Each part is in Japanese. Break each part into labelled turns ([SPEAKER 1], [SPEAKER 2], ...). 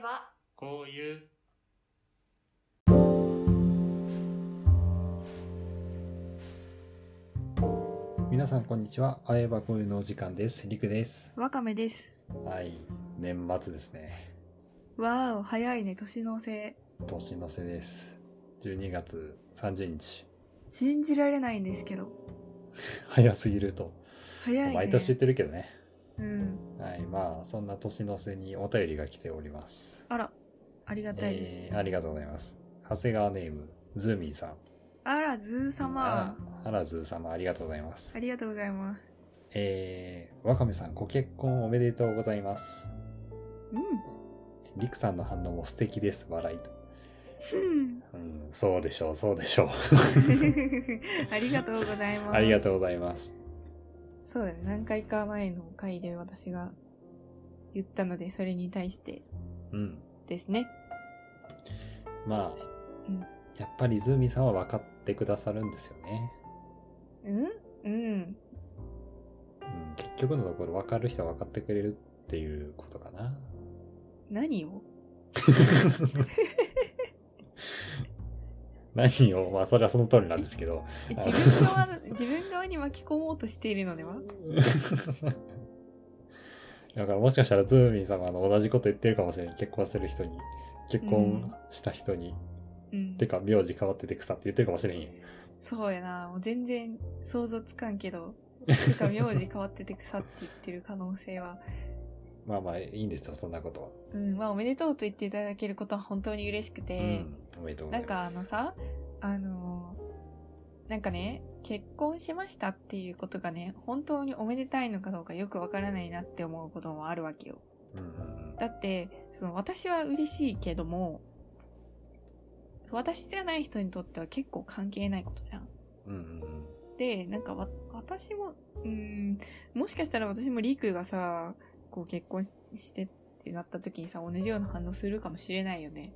[SPEAKER 1] ば
[SPEAKER 2] こういう
[SPEAKER 3] 皆さんこんにちは。あえばこういうのお時間です。りくです。
[SPEAKER 4] わかめです。
[SPEAKER 3] はい。年末ですね。
[SPEAKER 4] わーお、早いね、年のせ
[SPEAKER 3] 年の瀬です。12月30日。
[SPEAKER 4] い。信じられないんですけど。
[SPEAKER 3] 早すぎると。
[SPEAKER 4] 早いね。
[SPEAKER 3] 毎年言ってるけどね。
[SPEAKER 4] うん。
[SPEAKER 3] はい。まあ、そんな年の瀬にお便りが来ております。
[SPEAKER 4] あら、ありがたいです。
[SPEAKER 3] えーありがとうございます。長谷川ネーム、ズーミンさん。
[SPEAKER 4] あら、ズー様。
[SPEAKER 3] あら、ズー様、ありがとうございます。
[SPEAKER 4] ありがとうございます。
[SPEAKER 3] えー、わかめさん、ご結婚おめでとうございます。
[SPEAKER 4] う
[SPEAKER 3] りくさんの反応も素敵です。笑いと。
[SPEAKER 4] ん。
[SPEAKER 3] うん、そうでしょう、そうでしょう。
[SPEAKER 4] ありがとうございます。
[SPEAKER 3] ありがと
[SPEAKER 4] う。
[SPEAKER 3] うございます。
[SPEAKER 4] そうだね、何回か前の回で私が言ったので、それに対して
[SPEAKER 3] うん。
[SPEAKER 4] ですね。
[SPEAKER 3] まあ
[SPEAKER 4] うん、
[SPEAKER 3] やっぱりズーミさんは分かってくださるんですよね。
[SPEAKER 4] うんうん。
[SPEAKER 3] うん、結局のところ分かる人は分かってくれるっていうことかな。
[SPEAKER 4] 何を
[SPEAKER 3] 何を、まあそれはその通りなんですけど。
[SPEAKER 4] え自分 側の、自分側に巻き込もうとしているのでは
[SPEAKER 3] だからもしかしたらズーミンさんはあの同じこと言ってるかもしれない。結婚する人に。結婚した人に。
[SPEAKER 4] うん
[SPEAKER 3] て。か、名字変わってて草って言ってるかもしれんよ。
[SPEAKER 4] そうやな、もう全然想像つかんけど、てか名字変わってて腐って言ってる可能性は。
[SPEAKER 3] まあまあいいんですよ、そんなことは。
[SPEAKER 4] うん、まあおめでとうと言っていただけることは本当に嬉しくて、
[SPEAKER 3] うん。おめでとうござ
[SPEAKER 4] ないん
[SPEAKER 3] ます。
[SPEAKER 4] かあのさ、あのーなんかね、結婚しましたっていうことがね、本当におめでたいのかどうかよくわからないなって思うこともあるわけよ。
[SPEAKER 3] うんうん
[SPEAKER 4] だって、その私は嬉しいけども、私じゃない人にとっては結構関係ないことじゃん。
[SPEAKER 3] うん。うんうん
[SPEAKER 4] でなんかわ私もうーんもしかしたら私もリークがさこう結婚ししてってなった時にさ同じような反応するかもしれないよね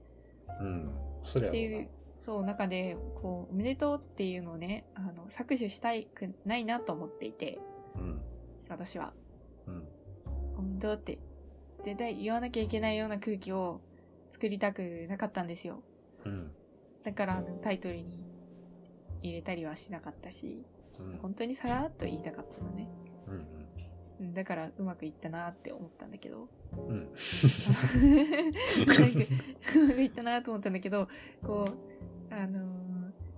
[SPEAKER 3] うん。うん。それ
[SPEAKER 4] っ
[SPEAKER 3] は
[SPEAKER 4] て
[SPEAKER 3] もう
[SPEAKER 4] いうそう中でこうおめでとうっていうのをねあの搾取したいくないなと思っていて
[SPEAKER 3] なうん。
[SPEAKER 4] 私は
[SPEAKER 3] うん。
[SPEAKER 4] おめでとうって絶対言わなきゃいけないような空気を作りたくなかったんですよ
[SPEAKER 3] うん。
[SPEAKER 4] だからあのタイトルに入れたりはしなかったし
[SPEAKER 3] うん
[SPEAKER 4] 本当にさらっと言いたかったのね
[SPEAKER 3] うん
[SPEAKER 4] うんだからうまくいったなって思ったんだけ ど
[SPEAKER 3] うんうん
[SPEAKER 4] なんかうまくいったなと思ったんだけどこうあのー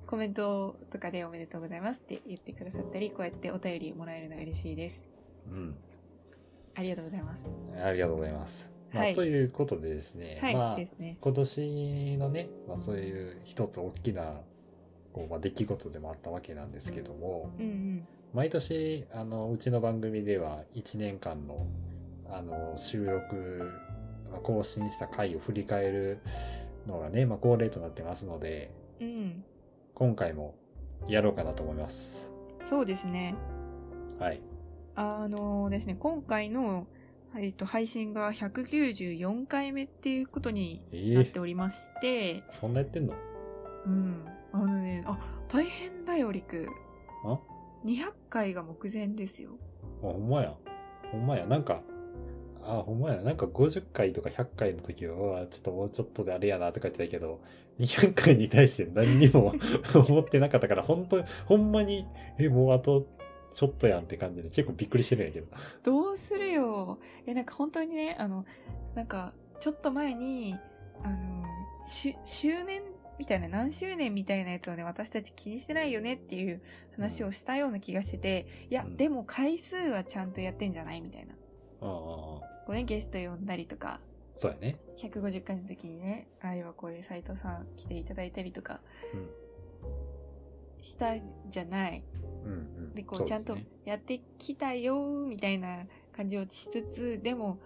[SPEAKER 4] コメントとかでおめでとうございますって言ってくださったりこうやってお便りもらえるのは嬉しいです
[SPEAKER 3] うん
[SPEAKER 4] ありがとうございます
[SPEAKER 3] ありがとうございます。まあ
[SPEAKER 4] はい
[SPEAKER 3] ということでですね、
[SPEAKER 4] はい、
[SPEAKER 3] まあ
[SPEAKER 4] ですね
[SPEAKER 3] 今年のね、まあ、そういう一つ大きなこう、まあ、出来事でもあったわけなんですけども
[SPEAKER 4] うん
[SPEAKER 3] 毎年あのうちの番組では1年間のあの収録まあ更新した回を振り返るのがね、まあ、恒例となってますので
[SPEAKER 4] うんうん
[SPEAKER 3] 今回もやろうかなと思います。
[SPEAKER 4] そうですね
[SPEAKER 3] はい、
[SPEAKER 4] あのですね今回の、えっと、配信が194回目っていうことに
[SPEAKER 3] え
[SPEAKER 4] なっ
[SPEAKER 3] ー
[SPEAKER 4] て、おりまして、
[SPEAKER 3] そんなやってんの
[SPEAKER 4] うん。あのね、あ、大変だよ、りく。
[SPEAKER 3] あ
[SPEAKER 4] ?200 回が目前ですよ。
[SPEAKER 3] あほんまや。ほんまや。なんか、あ、ほんまや。なんか50回とか100回の時は、うわちょっともうちょっとであれやなとか言ってたけど、200回に対して何にも 思ってなかったから、本当ほんまに、え、もうあとちょっとやんって感じで、結構びっくりしてるんやけど。
[SPEAKER 4] どうするよ。え、なんか本当にね、あの、なんか、ちょっと前に、あの、し周年みたいな、何周年みたいなやつをね、私たち気にしてないよねっていう話をしたような気がしてて、いや、
[SPEAKER 3] うん
[SPEAKER 4] でも回数はちゃんとやってんじゃないみたいな。
[SPEAKER 3] うんうんうん。
[SPEAKER 4] これゲスト呼んだりとか、
[SPEAKER 3] そうやね。
[SPEAKER 4] 150回の時にね、あれはこういう斎藤さん来ていただいたりとか
[SPEAKER 3] うん、
[SPEAKER 4] したじゃない。
[SPEAKER 3] うんうん。
[SPEAKER 4] でこ
[SPEAKER 3] そう
[SPEAKER 4] ちゃんと
[SPEAKER 3] ですね
[SPEAKER 4] やってきたよーみたいな感じをしつつでも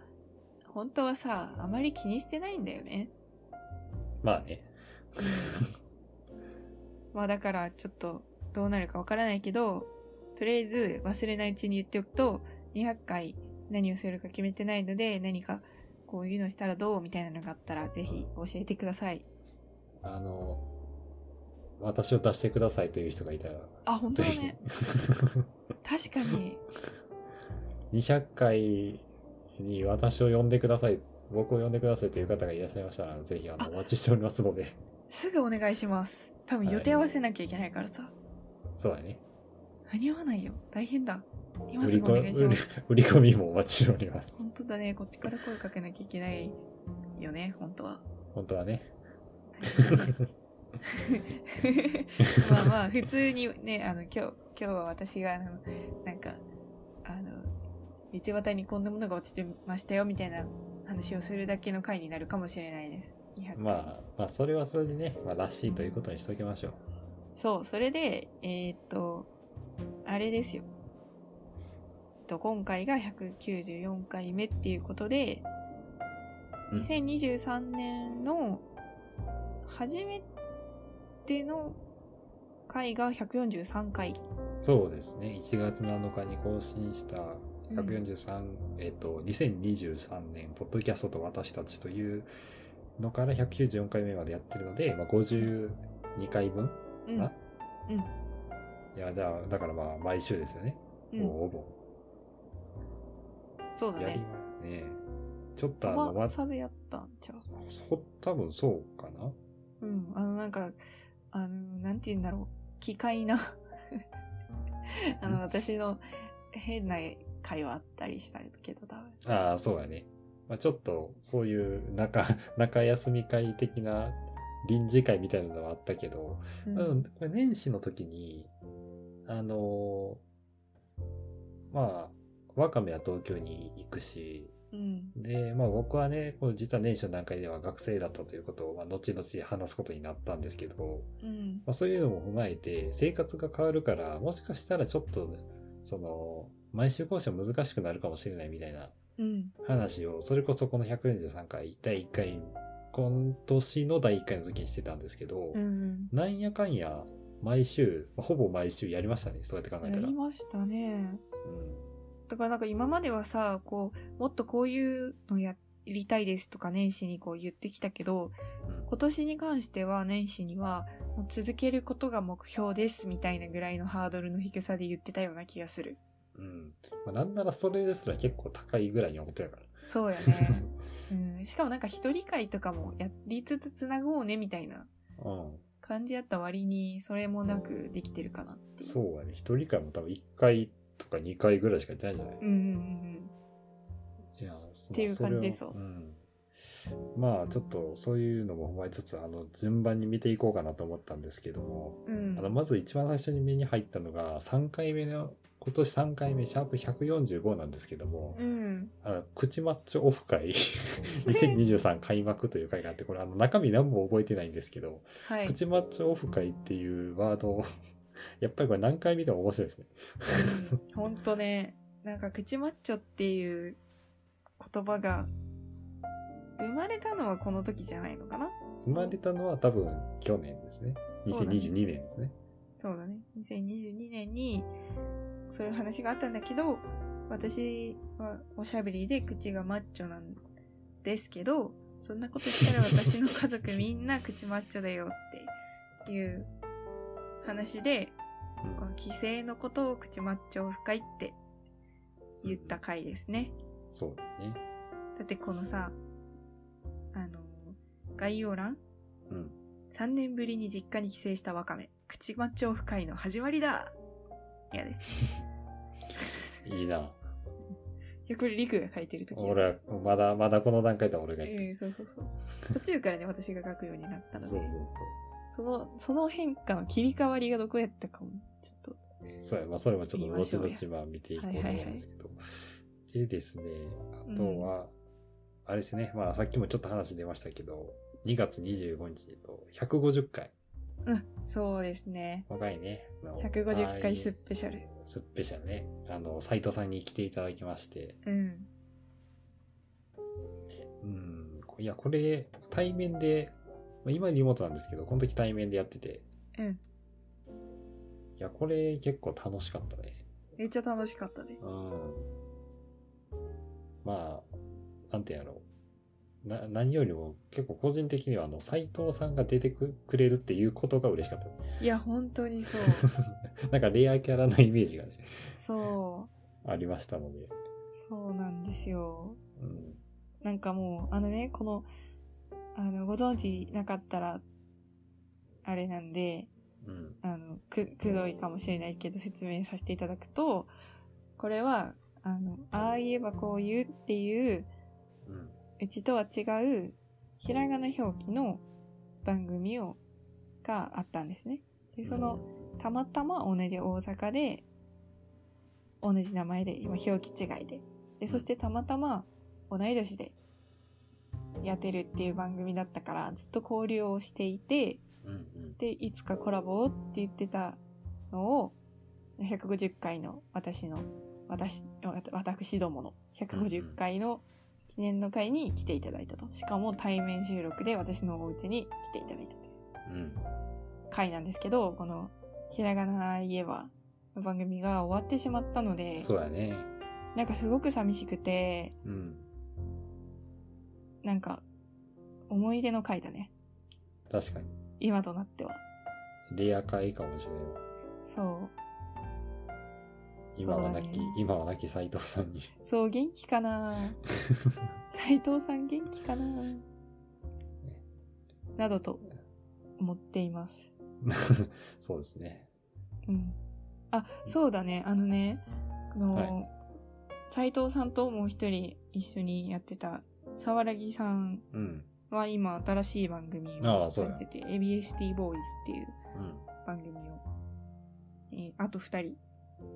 [SPEAKER 4] 本当はさあまり気にしてないんだよね
[SPEAKER 3] まあね。
[SPEAKER 4] まあだからちょっとどうなるかわからないけどとりあえず忘れないうちに言っておくと200回何をするか決めてないので何かこういうのしたらどうみたいなのがあったらぜひ教えてください
[SPEAKER 3] あの、私を出してくださいという人がいたら、
[SPEAKER 4] あ本当
[SPEAKER 3] ぜ
[SPEAKER 4] だ
[SPEAKER 3] ひ。
[SPEAKER 4] ね確かに
[SPEAKER 3] 200回に私を呼んでください僕を呼んでくださいという方がいらっしゃいましたら、ぜひあのお待ちしておりますので。
[SPEAKER 4] すぐお願いします多分
[SPEAKER 3] はい
[SPEAKER 4] 予定合わせなきゃいけないからさ、
[SPEAKER 3] そうだね。
[SPEAKER 4] 間に合わないよ大変だ今
[SPEAKER 3] 売
[SPEAKER 4] す
[SPEAKER 3] り
[SPEAKER 4] ぐお
[SPEAKER 3] こ
[SPEAKER 4] 願いし
[SPEAKER 3] 売
[SPEAKER 4] ま
[SPEAKER 3] り
[SPEAKER 4] す
[SPEAKER 3] 売り込みもお待ちしております。
[SPEAKER 4] 本当だねこっちから声かけなきゃいけないよね本 当は
[SPEAKER 3] 本当はね。
[SPEAKER 4] まあまあ普通にねあの今日今日は私があのなんかあの道端にこんなものが落ちてましたよみたいな話をするだけの回になるかもしれないです。200
[SPEAKER 3] まあ、まあ、それはそれでね、まあ、らしいということにしときましょう。
[SPEAKER 4] そうそれでえーっとあれですよ。えっと今回が194回目っていうことで
[SPEAKER 3] うん
[SPEAKER 4] 2023年の初めての回が143回。
[SPEAKER 3] そうですね。1月7日に更新した
[SPEAKER 4] うん
[SPEAKER 3] 143、えっと、2023年、ポッドキャストと私たちというのから194回目までやってるので、まあ、52回分
[SPEAKER 4] うん
[SPEAKER 3] あいや、じゃあ、だからまあ、毎週ですよね。
[SPEAKER 4] うん
[SPEAKER 3] もうほ
[SPEAKER 4] そうだ
[SPEAKER 3] ぼ。やり
[SPEAKER 4] ね。
[SPEAKER 3] ますね。ちょっとあの、
[SPEAKER 4] 飛ば
[SPEAKER 3] ま、
[SPEAKER 4] さずやったんちゃう
[SPEAKER 3] ほ、多分そうかな。
[SPEAKER 4] うん。あの、なんか、あの、なんて言うんだろう。奇怪な。 あ
[SPEAKER 3] ん
[SPEAKER 4] の、私の変な会話あったりしたけど、多分。
[SPEAKER 3] ああ、そうやね。まあ、ちょっと、そういう中、 中休み会的な臨時会みたいなのはあったけど、
[SPEAKER 4] うん
[SPEAKER 3] うん、これ年始の時に、あのーまあ、ワカメは東京に行くし、
[SPEAKER 4] うん。
[SPEAKER 3] で、まあ僕はね、この実は年始の段階では学生だったということを、まあ、後々話すことになったんですけど、
[SPEAKER 4] うん。
[SPEAKER 3] まあ、そういうのも踏まえて、生活が変わるから、もしかしたらちょっと、その、毎週講師は難しくなるかもしれないみたいな
[SPEAKER 4] うん。
[SPEAKER 3] 話を、それこそこの143回、第1回、今年の第1回の時にしてたんですけど、
[SPEAKER 4] うん。
[SPEAKER 3] なんやかんや、毎週、まあほぼ毎週やりましたね、そうやって考え
[SPEAKER 4] や
[SPEAKER 3] たら。
[SPEAKER 4] りましたね。
[SPEAKER 3] うん
[SPEAKER 4] だからなんか今まではさ、こう、もっとこういうのやりたいですとか年始にこう言ってきたけど、
[SPEAKER 3] うん
[SPEAKER 4] 今年に関しては年始にはもう続けることが目標ですみたいなぐらいのハードルの低さで言ってたような気がする。
[SPEAKER 3] うんまあ、なんならそれですら結構高いぐらいに思ってたから。
[SPEAKER 4] そうや ね。うん、しかもなんか一人会とかもやりつつつなごうねみたいな
[SPEAKER 3] うん、
[SPEAKER 4] 感じやった割にそれもなくできてるかなっていう。
[SPEAKER 3] そうやね。一人会も多分1回とか2回ぐらいしかやってないんじゃない、
[SPEAKER 4] うんうん
[SPEAKER 3] いや、そ
[SPEAKER 4] っていう感じです
[SPEAKER 3] それはうん。まあちょっとそういうのも踏まえつつ、あの、順番に見ていこうかなと思ったんですけども、
[SPEAKER 4] うんうん。
[SPEAKER 3] あ
[SPEAKER 4] う
[SPEAKER 3] の
[SPEAKER 4] ん。
[SPEAKER 3] まず一番最初に目に入ったのが3回目の今年3回目シャープ145なんですけども、
[SPEAKER 4] うん、
[SPEAKER 3] あの口マッチョオフ 会2023開幕という会があってこれあの中身何も覚えてないんですけど、
[SPEAKER 4] はい。
[SPEAKER 3] 口マッチョオフ会っていうワードを やっぱりこれ何回見ても面白いですね。
[SPEAKER 4] うんほんとね、なんか口マッチョっていう言葉が生まれたのはこの時じゃないのかな
[SPEAKER 3] 生まれたのは多分去年ですね。
[SPEAKER 4] そうだね
[SPEAKER 3] 2022年ですね。
[SPEAKER 4] そうだね。2022年に、そういう話があったんだけど、私はおしゃべりで口がマッチョなんですけど、そんなことしたら私の家族みんな口マッチョだよっていう話で、
[SPEAKER 3] うん
[SPEAKER 4] この規制のことを口マッチョオフ会って言った回ですね。
[SPEAKER 3] そうですね。
[SPEAKER 4] だってこのさ、あの、概要欄
[SPEAKER 3] うん。
[SPEAKER 4] 3年ぶりに実家に帰省したワカメ口マッチョオフ会の始まりだいやね
[SPEAKER 3] いいな。
[SPEAKER 4] いやこれリクが書いてる時
[SPEAKER 3] 俺はまだまだこの段階では俺が言ってる。
[SPEAKER 4] うんそうそうそう途中からね私が書くようになったので
[SPEAKER 3] そうそう
[SPEAKER 4] そのその変化の切り替わりがどこやったかもち
[SPEAKER 3] そ
[SPEAKER 4] ょっ
[SPEAKER 3] う。そうや、まあそれもちょっと
[SPEAKER 4] 見まし
[SPEAKER 3] 後
[SPEAKER 4] ょうや
[SPEAKER 3] 々まあ見ていこうと思うんですけど。でですね、あとは、あれですね、まあさっきもちょっと話出ましたけど、2月25日と150回。
[SPEAKER 4] とうんそうですね
[SPEAKER 3] 若いね。あの
[SPEAKER 4] 150回ス
[SPEAKER 3] ス
[SPEAKER 4] ペシャル
[SPEAKER 3] スペシャルね。あの、斎藤さんに来ていただきまして。
[SPEAKER 4] うん
[SPEAKER 3] うん。いや、これ、対面で、まあ今リモートなんですけど、この時対面でやってて。
[SPEAKER 4] うん
[SPEAKER 3] いや、これ結構楽しかったね。
[SPEAKER 4] めっちゃ楽しかったね
[SPEAKER 3] うん。まあ、なんていうんやろう。な、何よりも結構個人的にはあの、斎藤さんが出てくくれるっていうことが嬉しかったね。
[SPEAKER 4] いや本当にそう
[SPEAKER 3] なんかレアキャラなイメージがね、
[SPEAKER 4] そう
[SPEAKER 3] ありましたので。
[SPEAKER 4] そうなんですよ
[SPEAKER 3] うん。
[SPEAKER 4] なんかもう、あのね、この、あの、ご存知なかったら、あれなんで、
[SPEAKER 3] うん。
[SPEAKER 4] あの、く、くどいかもしれないけど説明させていただくと、これは、あの、ああ言えばこう言うっていう、
[SPEAKER 3] うん。
[SPEAKER 4] うちとは違う、ひらがな表記の番組を、があったんですね。で、その、たまたま同じ大阪で、同じ名前で、今表記違いで。で、そしてたまたま同い年でやってるっていう番組だったから、ずっと交流をしていて、
[SPEAKER 3] うん、うん
[SPEAKER 4] で、いつかコラボをって言ってたのを、150回の私の、私、わた私どもの150回の記念の会に来ていただいたと。しかも対面収録で私のお家に来ていただいたという
[SPEAKER 3] うん、うん。
[SPEAKER 4] 回なんですけど、この、ひらがな言えばの番組が終わってしまったので、
[SPEAKER 3] そうやね。
[SPEAKER 4] なんかすごく寂しくて、
[SPEAKER 3] うん。
[SPEAKER 4] なんか、思い出の回だね。
[SPEAKER 3] 確かに。
[SPEAKER 4] 今となっては。
[SPEAKER 3] レア会かもしれない。
[SPEAKER 4] そう。
[SPEAKER 3] 今はな
[SPEAKER 4] そう
[SPEAKER 3] き、
[SPEAKER 4] だね
[SPEAKER 3] 今はなき斎藤さんに。
[SPEAKER 4] そう、元気かな斉藤さん元気かななどと思っています。
[SPEAKER 3] そうですね。
[SPEAKER 4] うん。あ、そうだね。あのね、あの、
[SPEAKER 3] はい
[SPEAKER 4] 斉藤さんともう一人一緒にやってた、沢良木さん
[SPEAKER 3] うん。
[SPEAKER 4] は今新しい番組
[SPEAKER 3] あ
[SPEAKER 4] を
[SPEAKER 3] あそうだ
[SPEAKER 4] やってて、ABST ボーイズっていう
[SPEAKER 3] うん。
[SPEAKER 4] 番組を、えーあと二人、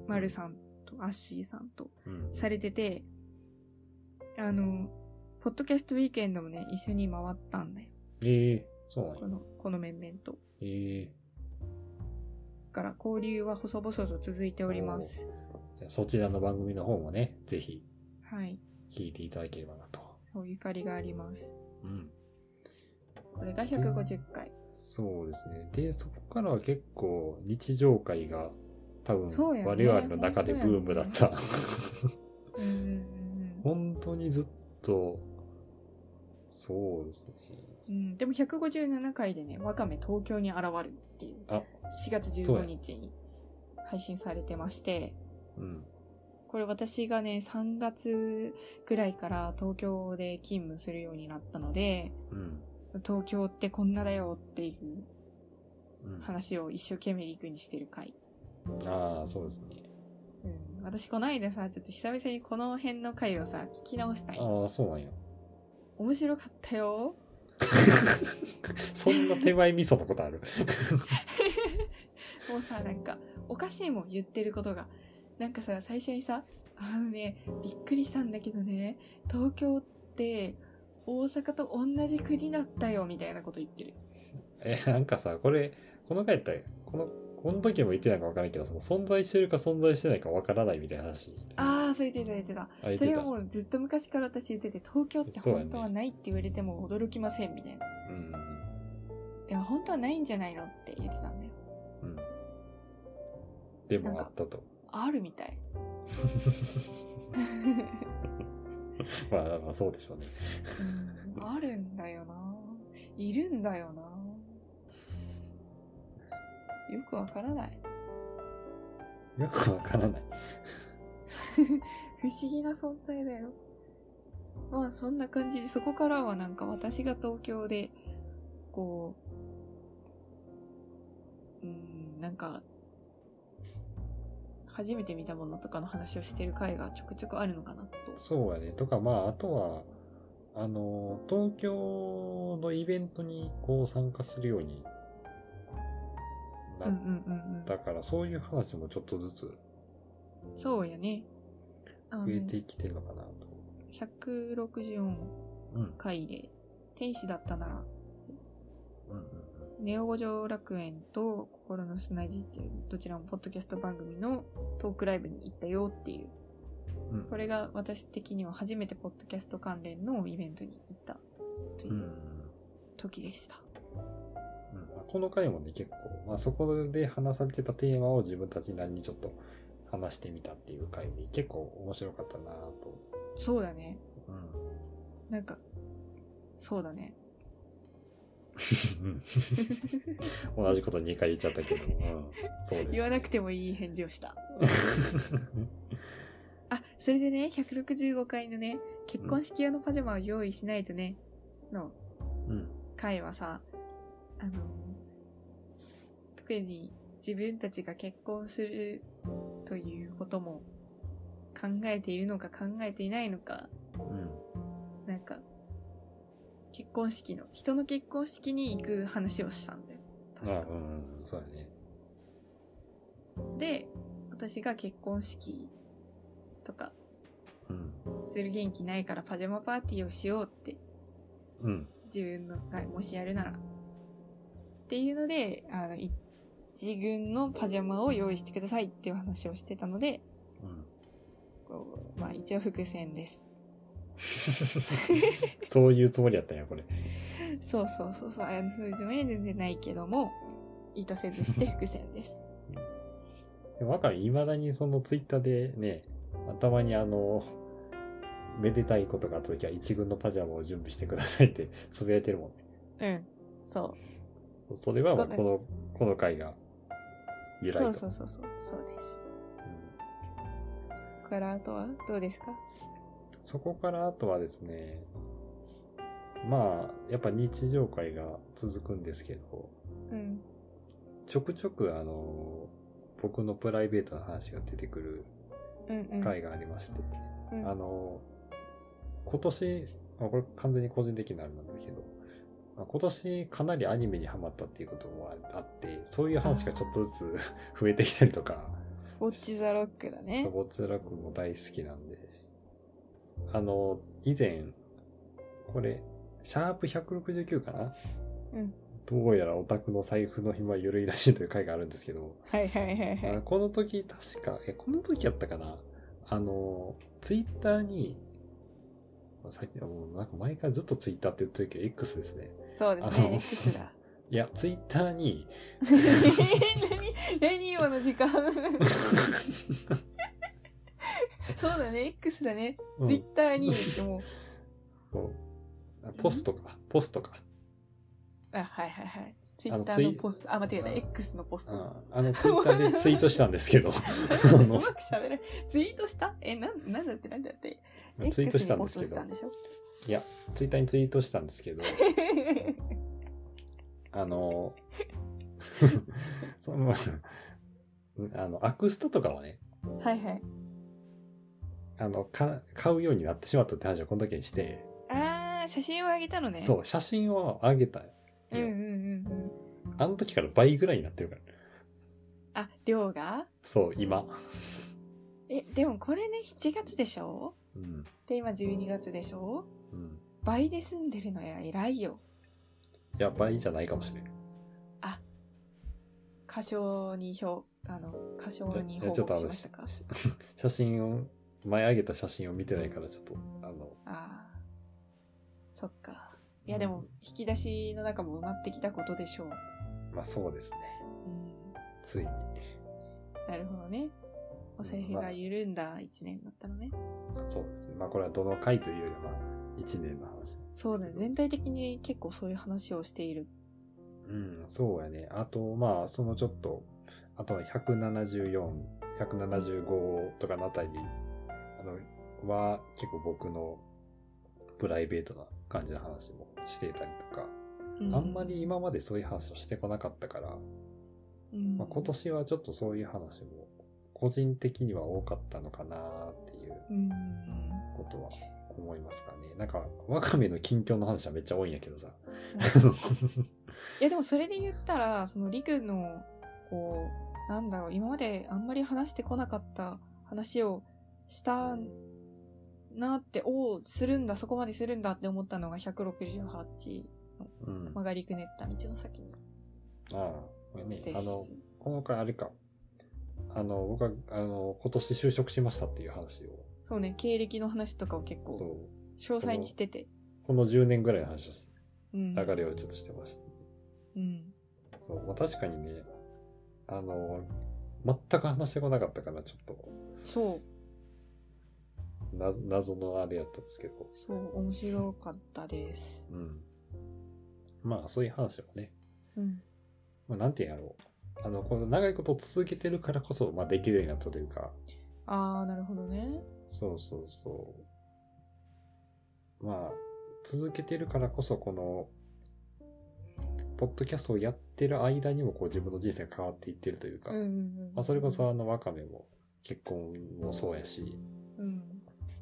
[SPEAKER 4] 丸さんとアッシーさんと
[SPEAKER 3] うん。
[SPEAKER 4] されてて、あの、ポッドキャストウィークエンドもね、一緒に回ったんだよ。
[SPEAKER 3] ええそうなん
[SPEAKER 4] こ
[SPEAKER 3] や。
[SPEAKER 4] の、この面々と。だ
[SPEAKER 3] ええ
[SPEAKER 4] から交流は細々と続いております。
[SPEAKER 3] じゃあそちらの番組の方もね、ぜひ
[SPEAKER 4] はい。
[SPEAKER 3] 聞いていただければなと。
[SPEAKER 4] そうゆかりがあります。
[SPEAKER 3] うん。
[SPEAKER 4] これが150回。
[SPEAKER 3] そうですね。で、そこからは結構日常会が多分
[SPEAKER 4] そうやね
[SPEAKER 3] 我々の中でブームだった。
[SPEAKER 4] うんうんうん
[SPEAKER 3] 本当にずっと、そうですね。
[SPEAKER 4] うん。うん、でも157回でね、わかめ東京に現るっていう、
[SPEAKER 3] あ
[SPEAKER 4] 4月
[SPEAKER 3] そうや
[SPEAKER 4] 15日に配信されてまして、
[SPEAKER 3] うん。
[SPEAKER 4] これ私がね、3月ぐらいから東京で勤務するようになったので、
[SPEAKER 3] うん。
[SPEAKER 4] 東京ってこんなだよっていう
[SPEAKER 3] うん、あ
[SPEAKER 4] 話を一生懸命陸にしてる回。
[SPEAKER 3] あ、そうですね。
[SPEAKER 4] うん、私この間さ、ちょっと久々にこの辺の回をさ、聞き直したい。
[SPEAKER 3] ああ、そうなんや。
[SPEAKER 4] 面白かったよ。
[SPEAKER 3] そんな手前味噌なことある
[SPEAKER 4] もうさ、なんか、おかしいもん、言ってることが。なんかさ、最初にさ、あのね、びっくりしたんだけどね、東京って大阪と同じ国だったよ、みたいなこと言ってる。
[SPEAKER 3] え、なんかさ、これ、この回やったらこの、この時も言ってないか分からんけど、その存在してるか存在してないか分からないみたいな話。
[SPEAKER 4] ああ、そう言ってた、言ってた。
[SPEAKER 3] あ言っ
[SPEAKER 4] そ
[SPEAKER 3] て
[SPEAKER 4] れ
[SPEAKER 3] た
[SPEAKER 4] はもうずっと昔から私言ってて、東京って本当はないって言われても驚きません、みたいな。
[SPEAKER 3] うん。
[SPEAKER 4] いや、本当はないんじゃないのって言ってたんだよ。
[SPEAKER 3] うん。で
[SPEAKER 4] なん
[SPEAKER 3] もあ
[SPEAKER 4] か
[SPEAKER 3] ったと。
[SPEAKER 4] あるみたい。
[SPEAKER 3] まあ、まあそうでしょうね。
[SPEAKER 4] あるんだよな。いるんだよな。よくわからない。
[SPEAKER 3] よく分からない。
[SPEAKER 4] 不思議な存在だよ。まあそんな感じで、そこからはなんか私が東京で、こう、うん、なんか、初めて見たものとかの話をしてる回がちょくちょくあるのかなと。
[SPEAKER 3] そうやね。とか、まあ、あとは、あの、東京のイベントにこう参加するようにな
[SPEAKER 4] うん
[SPEAKER 3] っ
[SPEAKER 4] うんうんうん。
[SPEAKER 3] たから、そういう話もちょっとずつ
[SPEAKER 4] そうやね。あの
[SPEAKER 3] 増えてきてるのかなと。
[SPEAKER 4] 164
[SPEAKER 3] うん。うん
[SPEAKER 4] 回で、天使だったなら、
[SPEAKER 3] うん
[SPEAKER 4] ネオ五条楽園と心の砂地っていう、どちらもポッドキャスト番組のトークライブに行ったよっていう、
[SPEAKER 3] うん。うん
[SPEAKER 4] これが私的には初めてポッドキャスト関連のイベントに行ったとい
[SPEAKER 3] うんうんう。
[SPEAKER 4] うん時でした。
[SPEAKER 3] うんまあこの回もね、結構、まあ、そこで話されてたテーマを自分たちなりにちょっと話してみたっていう回で、結構面白かったなぁと。
[SPEAKER 4] そうだね。
[SPEAKER 3] うん
[SPEAKER 4] なんか、そうだね。
[SPEAKER 3] うん。 同じこと2回言っちゃったけど、うん、そうです、
[SPEAKER 4] 言わなくてもいい返事をした。あ、それでね、165回のね、結婚式用のパジャマを用意しないとね、の
[SPEAKER 3] うん。
[SPEAKER 4] 回はさ、あの、特に自分たちが結婚するということも考えているのか考えていないのか、
[SPEAKER 3] うん。
[SPEAKER 4] なんか、結婚式の、人の結婚式に行く話をしたんだよ。確
[SPEAKER 3] あ
[SPEAKER 4] か。
[SPEAKER 3] うん、うんそうだね。
[SPEAKER 4] で、私が結婚式とか
[SPEAKER 3] うん。
[SPEAKER 4] する元気ないからパジャマパーティーをしようって
[SPEAKER 3] うん。
[SPEAKER 4] 自分のがもしやるなら。っていうので、あの、一軍のパジャマを用意してくださいっていう話をしてたので、
[SPEAKER 3] うん。
[SPEAKER 4] こうまあ一応伏線です。
[SPEAKER 3] そういうつもりやったんや、これ。
[SPEAKER 4] そうそうそうそう、あのそういうつもりは全然ないけども、意図せずして伏線です。
[SPEAKER 3] でもわかる。いまだにそのツイッターでね、頭にあの、めでたいことがあった時は一軍のパジャマを準備してくださいってつぶやいてるもんね。
[SPEAKER 4] うん。そ
[SPEAKER 3] それはもう
[SPEAKER 4] そうだね
[SPEAKER 3] この、この回が
[SPEAKER 4] う。
[SPEAKER 3] 由来
[SPEAKER 4] そ
[SPEAKER 3] と。
[SPEAKER 4] うそうそうそう。そうです。
[SPEAKER 3] うん
[SPEAKER 4] これからあとはどうですか
[SPEAKER 3] そこからあとはですね、まあ、やっぱ日常会が続くんですけど、
[SPEAKER 4] うん。
[SPEAKER 3] ちょくちょくあの、僕のプライベートな話が出てくる
[SPEAKER 4] うんうん。
[SPEAKER 3] 会がありまして、
[SPEAKER 4] うん
[SPEAKER 3] あの、今年、まあ、これ完全に個人的なあれなんだけど、まあ今年かなりアニメにハマったっていうこともああって、そういう話がちょっとずつ 増えてきたりとか、
[SPEAKER 4] ウォッチザロックだね
[SPEAKER 3] そ。ぼつらくも大好きなんで、あの、以前、これ、シャープ169かな
[SPEAKER 4] うん
[SPEAKER 3] どうやらオタクの財布の暇緩いらしいという回があるんですけど、
[SPEAKER 4] はいはいはいは
[SPEAKER 3] あこの時確か、え、この時やったかなあの、ツイッターに、さっきもうなんか前からずっとツイッターって言ってるけど、X ですね。
[SPEAKER 4] い。そうです
[SPEAKER 3] あ
[SPEAKER 4] ね。
[SPEAKER 3] の
[SPEAKER 4] X だ。
[SPEAKER 3] いや、ツイッターに、
[SPEAKER 4] 何何今の時間そうだね X だね、
[SPEAKER 3] うん
[SPEAKER 4] Twitter にもう
[SPEAKER 3] こうあポストか、ポストか。
[SPEAKER 4] あはいはいはい
[SPEAKER 3] あの
[SPEAKER 4] Twitter
[SPEAKER 3] ツイ
[SPEAKER 4] のポストあ間違えた
[SPEAKER 3] うん
[SPEAKER 4] X のポ スト
[SPEAKER 3] ああの、ツイッターでツイートしたんですけ ど、
[SPEAKER 4] う
[SPEAKER 3] あ
[SPEAKER 4] ま
[SPEAKER 3] の
[SPEAKER 4] く喋れないツイートしたえなんなんだってなんだって
[SPEAKER 3] ツイートしたんですけ
[SPEAKER 4] X にポストし
[SPEAKER 3] ど
[SPEAKER 4] た、んでしょ
[SPEAKER 3] いや、ツイッターにツイートしたんですけ ど、あの、その、あの、アクスタとかはね、
[SPEAKER 4] はいはい
[SPEAKER 3] あの、か買うようになってしまったって話をこの時にして、
[SPEAKER 4] あー写真をあげたのね
[SPEAKER 3] そう、写真を上げたよ。
[SPEAKER 4] うんうんうんうん
[SPEAKER 3] あの時から倍ぐらいになってるから。
[SPEAKER 4] あ量が
[SPEAKER 3] そう、今。
[SPEAKER 4] えでもこれね7月でしょ
[SPEAKER 3] うん。
[SPEAKER 4] で今12月でしょ
[SPEAKER 3] うん。
[SPEAKER 4] 倍で住んでるのや偉いよ
[SPEAKER 3] いや、倍じゃないかもしれん。
[SPEAKER 4] 過小に表あの過小に
[SPEAKER 3] いや
[SPEAKER 4] 報
[SPEAKER 3] ちょっと
[SPEAKER 4] 告
[SPEAKER 3] あ
[SPEAKER 4] し
[SPEAKER 3] の、
[SPEAKER 4] まし
[SPEAKER 3] した
[SPEAKER 4] か
[SPEAKER 3] 写真を、前上げた写真を見てないから、ちょっと、あの、
[SPEAKER 4] ああそっかいやでも引き出しの中も埋まってきたことでしょう
[SPEAKER 3] まあそうですね。
[SPEAKER 4] うん
[SPEAKER 3] ついに。
[SPEAKER 4] なるほどねお財布が緩んだ一年だったのね
[SPEAKER 3] そうですね。まあこれはどの回というよりは、まあ、1年の話。
[SPEAKER 4] そうだね全体的に結構そういう話をしている
[SPEAKER 3] うん、そうやね。あと、まあ、そのちょっと、あと174、175とかのあたりあのは、結構僕のプライベートな感じの話もしていたりとか、
[SPEAKER 4] う
[SPEAKER 3] あんまり今までそういう話をしてこなかったから、
[SPEAKER 4] うん
[SPEAKER 3] まあ、今年はちょっとそういう話も、個人的には多かったのかなっていう
[SPEAKER 4] うん
[SPEAKER 3] ことは思いますかね。なんか、ワカメの近況の話はめっちゃ多いんやけどさ。
[SPEAKER 4] いやでもそれで言ったらそのりくんのこうなんだろう今まであんまり話してこなかった話をしたなっておおするんだそこまでするんだって思ったのが168
[SPEAKER 3] うん。
[SPEAKER 4] 曲がりくねった道の先に
[SPEAKER 3] ああ、これね
[SPEAKER 4] で、す
[SPEAKER 3] あの、この回あれか。あの、僕は、あの、今年就職しましたっていう話を、
[SPEAKER 4] そうね経歴の話とかを結構
[SPEAKER 3] そ
[SPEAKER 4] 詳細にしてて
[SPEAKER 3] う、この10年ぐらいの話をし、
[SPEAKER 4] うん
[SPEAKER 3] 流れをちょっとしてました。
[SPEAKER 4] うん
[SPEAKER 3] そう、まあ、確かにね、あの、全く話してこなかったから、ちょっと、
[SPEAKER 4] そう
[SPEAKER 3] な謎のあれやったんですけど、
[SPEAKER 4] そう面白かったです
[SPEAKER 3] うん。まあ、そういう話もね、
[SPEAKER 4] うん
[SPEAKER 3] まあ、なんて言うんやろう。あの、この長いこと続けてるからこそ、まあ、できるようになったというか、
[SPEAKER 4] ああなるほどね
[SPEAKER 3] そうそうそまあ、続けてるからこそ、この、ポッドキャストをやってる間にも、こう自分の人生が変わっていってるというか、
[SPEAKER 4] うんうんうん
[SPEAKER 3] まあ、それこそあの、ワカメも、結婚もそうやし、
[SPEAKER 4] うん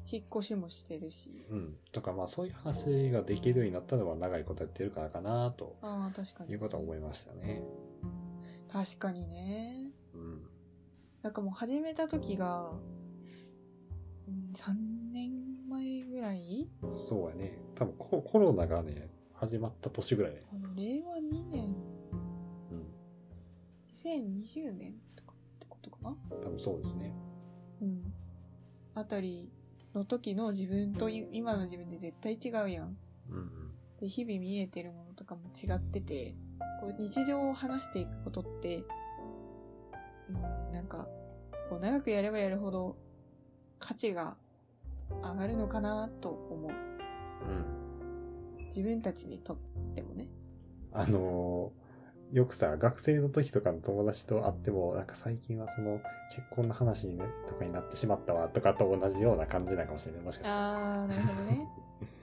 [SPEAKER 4] 引っ越しもしてるし
[SPEAKER 3] うん、とか、まあそういう話ができるようになったのは長いことやってるからかな、と
[SPEAKER 4] ああ確か
[SPEAKER 3] い
[SPEAKER 4] に
[SPEAKER 3] うことは思いましたね。
[SPEAKER 4] 確かにね
[SPEAKER 3] うん。
[SPEAKER 4] なんかもう始めた時が、うん3年前ぐらい
[SPEAKER 3] そうやね。多分ココロナがね、始まった年ぐらいね。
[SPEAKER 4] あの令和2年、
[SPEAKER 3] うん。
[SPEAKER 4] 2020年とかってことかな
[SPEAKER 3] 多分そうですね。
[SPEAKER 4] うん。あたりの時の自分とい今の自分で絶対違うやん。
[SPEAKER 3] うんうん。
[SPEAKER 4] で、日々見えてるものとかも違ってて、こう日常を話していくことって、うん、なんか、こう長くやればやるほど価値が上がるのかなと思う。
[SPEAKER 3] うん。
[SPEAKER 4] 自分たちにとってもね。
[SPEAKER 3] あのーよくさ、学生の時とかの友達と会っても、なんか最近はその、結婚の話に、ね、とかになってしまったわ、とかと同じような感じなのかもしれない。もしかしたら。
[SPEAKER 4] あー、なるほどね。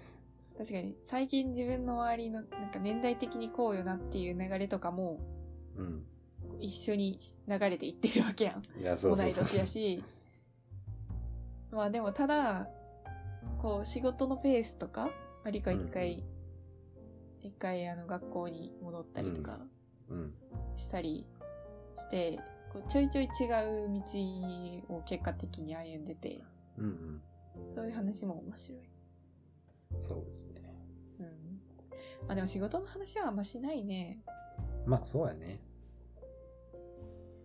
[SPEAKER 4] 確かに、最近自分の周りの、なんか年代的にこうよなっていう流れとかも、
[SPEAKER 3] うん。
[SPEAKER 4] 一緒に流れていってるわけやん。
[SPEAKER 3] いや、そうそう
[SPEAKER 4] 同い年
[SPEAKER 3] そう
[SPEAKER 4] や。し。まあでもただ、こう仕事のペースとか、まあ、理科一回、一、回あの学校に戻ったりとか
[SPEAKER 3] うん。
[SPEAKER 4] したりして、こうちょいちょい違う道を結果的に歩んでて、
[SPEAKER 3] うんうん。
[SPEAKER 4] そういう話も面白い。
[SPEAKER 3] そうですね。
[SPEAKER 4] うん。まあでも仕事の話はあんましないね。
[SPEAKER 3] まあ、そうやね。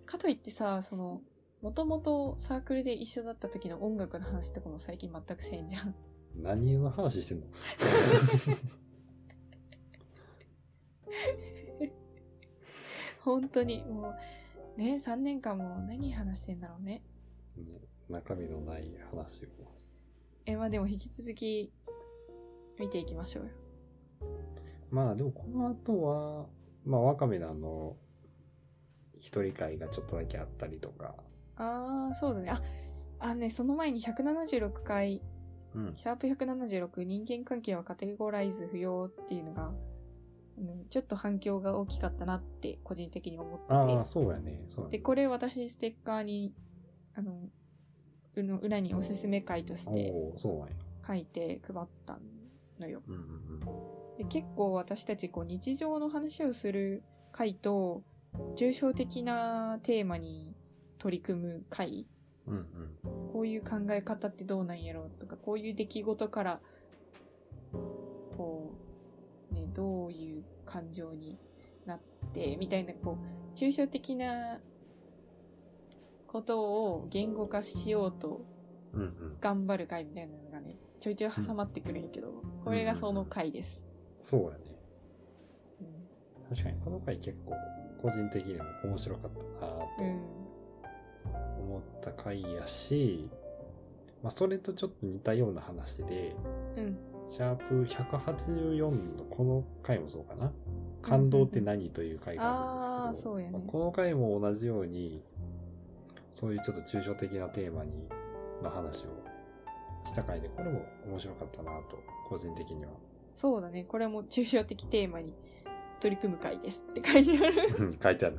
[SPEAKER 4] かといってさ、その、もともとサークルで一緒だった時の音楽の話とかも最近全くせんじゃん。
[SPEAKER 3] 何の話してんの
[SPEAKER 4] 本当にもうね3年間も何話してんだろうね
[SPEAKER 3] ね中身のない話を。
[SPEAKER 4] えまあでも引き続き見ていきましょうよ
[SPEAKER 3] まあでもこの後は、まあワカメのあの、一人会がちょっとだけあったりとか、
[SPEAKER 4] ああそうだねああねその前に176回
[SPEAKER 3] うん
[SPEAKER 4] 「シャープ #176 人間関係はカテゴライズ不要」っていうのが、うん、ちょっと反響が大きかったなって個人的に思
[SPEAKER 3] あ
[SPEAKER 4] っ
[SPEAKER 3] あ、
[SPEAKER 4] て
[SPEAKER 3] そうやね。そうやね
[SPEAKER 4] てでこれ私ステッカーにあのうの裏におすすめ回として
[SPEAKER 3] おお、そうなんや。
[SPEAKER 4] 書いて配ったのよ
[SPEAKER 3] うんうん
[SPEAKER 4] で結構私たちこう日常の話をする回と抽象的なテーマに取り組む回
[SPEAKER 3] うん。うん
[SPEAKER 4] こういう考え方ってどうなんやろうとかこういう出来事からこう、ね、どういう感情になってみたいなこう抽象的なことを言語化しようと
[SPEAKER 3] うん。うんうん。
[SPEAKER 4] 頑張る回みたいなのがねちょいちょい挟まってくるんやけどこれがその回です。
[SPEAKER 3] そうやね。
[SPEAKER 4] うん
[SPEAKER 3] 確かにこの回結構、個人的にも面白かったなぁ
[SPEAKER 4] う
[SPEAKER 3] と
[SPEAKER 4] ん
[SPEAKER 3] 思った回やし、まあそれとちょっと似たような話で、
[SPEAKER 4] うん
[SPEAKER 3] シャープ184のこの回もそうかな。感動って何という回があるんですけど、
[SPEAKER 4] うんうんうんあー
[SPEAKER 3] ま
[SPEAKER 4] そうやね
[SPEAKER 3] この回も同じように、そういうちょっと抽象的なテーマにの話をした回で、これも面白かったなと、個人的には
[SPEAKER 4] そうだね。これも抽象的テーマに取り組む回ですって書いてある。
[SPEAKER 3] うん書いてある。